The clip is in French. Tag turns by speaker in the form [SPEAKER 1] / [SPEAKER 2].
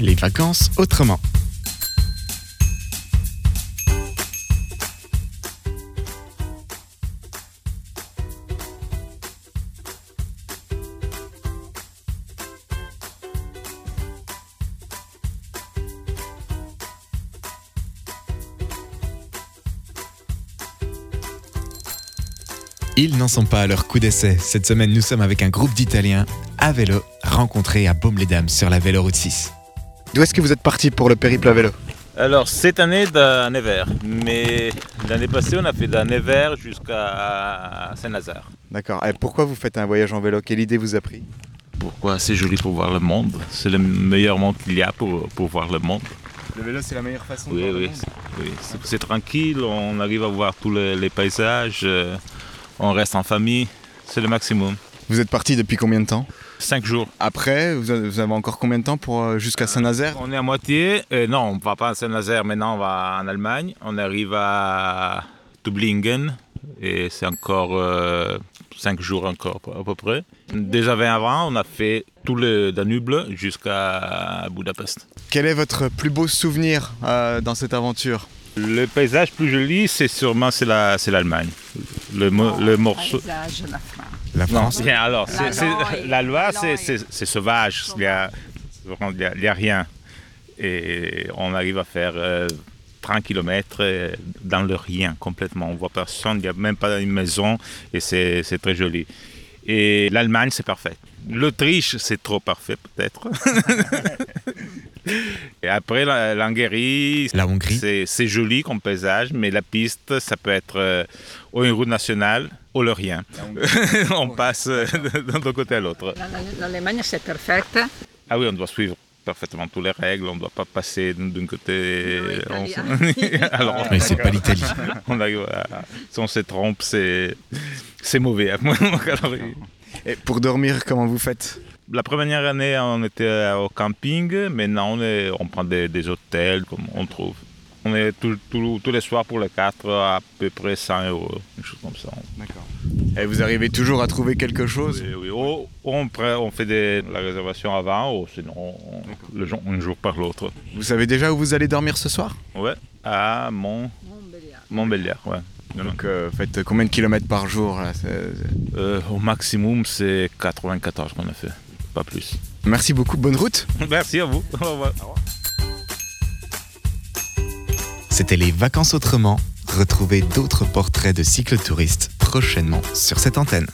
[SPEAKER 1] Les vacances autrement. Ils n'en sont pas à leur coup d'essai. Cette semaine, nous sommes avec un groupe d'Italiens à vélo rencontrés à Baume-les-Dames sur la Véloroute 6.
[SPEAKER 2] D'où est-ce que vous êtes parti pour le périple à vélo
[SPEAKER 3] Alors cette année d'un Nevers, mais l'année passée on a fait d'un Nevers jusqu'à Saint-Lazare.
[SPEAKER 2] D'accord. Et pourquoi vous faites un voyage en vélo Quelle idée vous a pris
[SPEAKER 3] Pourquoi C'est joli pour voir le monde. C'est le meilleur monde qu'il y a pour, pour voir le monde.
[SPEAKER 2] Le vélo, c'est la meilleure façon
[SPEAKER 3] Oui, oui, c'est- oui. C'est- C'est tranquille, on arrive à voir tous les, les paysages, euh, on reste en famille, c'est le maximum.
[SPEAKER 2] Vous êtes parti depuis combien de temps
[SPEAKER 3] Cinq jours.
[SPEAKER 2] Après, vous avez vous avez encore combien de temps pour euh, jusqu'à Saint-Nazaire
[SPEAKER 3] On est à moitié, et non, on ne va pas à Saint-Lazare, maintenant on va en Allemagne. On arrive à Tübingen, et c'est encore 5 jours encore à peu près. Déjà 20 avant, on a fait tout le Danube jusqu'à Budapest.
[SPEAKER 2] Quel est votre plus beau souvenir euh, dans cette aventure
[SPEAKER 3] Le paysage plus joli, c'est sûrement c'est la- c'est l'Allemagne. Le, mo- le morceau.
[SPEAKER 4] paysage, la France.
[SPEAKER 1] La
[SPEAKER 3] Non,
[SPEAKER 1] France,
[SPEAKER 3] c'est- alors, c'est-
[SPEAKER 4] La
[SPEAKER 3] c'est-
[SPEAKER 4] langue.
[SPEAKER 3] la loi, c'est-
[SPEAKER 4] langue.
[SPEAKER 3] c'est c'est sauvage. Il n'y a, il y a- il y a rien. Et on arrive à faire euh, 30 km dans le rien complètement. On voit personne, il n'y a même pas une maison et c'est c'est très joli. Et l'Allemagne, c'est parfait. L'Autriche, c'est trop parfait peut-être. et après, la- l'Hongrie,
[SPEAKER 1] la Hongrie,
[SPEAKER 3] c'est c'est joli comme paysage, mais la piste, ça peut être euh, ou une route nationale ou le rien. on passe euh, d'un côté à l'autre.
[SPEAKER 4] L'Allemagne- L'Allemagne, c'est parfaite.
[SPEAKER 3] Ah oui, on doit suivre parfaitement toutes les règles, on ne doit pas passer d'un côté.
[SPEAKER 4] Non,
[SPEAKER 3] on-
[SPEAKER 4] italien.
[SPEAKER 3] Alors,
[SPEAKER 1] mais c'est pas l'Italie.
[SPEAKER 3] on arrive à- Si on se trompe, c'est c'est mauvais. Alors,
[SPEAKER 2] Et pour dormir, comment vous faites
[SPEAKER 3] la première année, on était au camping. Maintenant, on, est- on prend des, des hôtels comme on trouve. On est tout- tout- tous les soirs pour les quatre à peu près 100 euros, une chose comme ça.
[SPEAKER 2] D'accord. Et vous arrivez toujours à trouver quelque chose
[SPEAKER 3] Oui, oui. Ou- ou Oh, on, prend- on fait des- la réservation avant, ou sinon on- le jour, un jour par l'autre.
[SPEAKER 2] Vous savez déjà où vous allez dormir ce soir
[SPEAKER 3] Ouais, à Mont,
[SPEAKER 4] Montbéliard.
[SPEAKER 3] Montbéliard, ouais.
[SPEAKER 2] Donc, euh, faites combien de kilomètres par jour là C'est- c'est-
[SPEAKER 3] Euh, au maximum, c'est 94 qu'on a fait, pas plus.
[SPEAKER 2] Merci beaucoup, bonne route
[SPEAKER 3] Merci à vous. Au revoir.
[SPEAKER 1] C'était les vacances autrement. Retrouvez d'autres portraits de cyclotouristes prochainement sur cette antenne.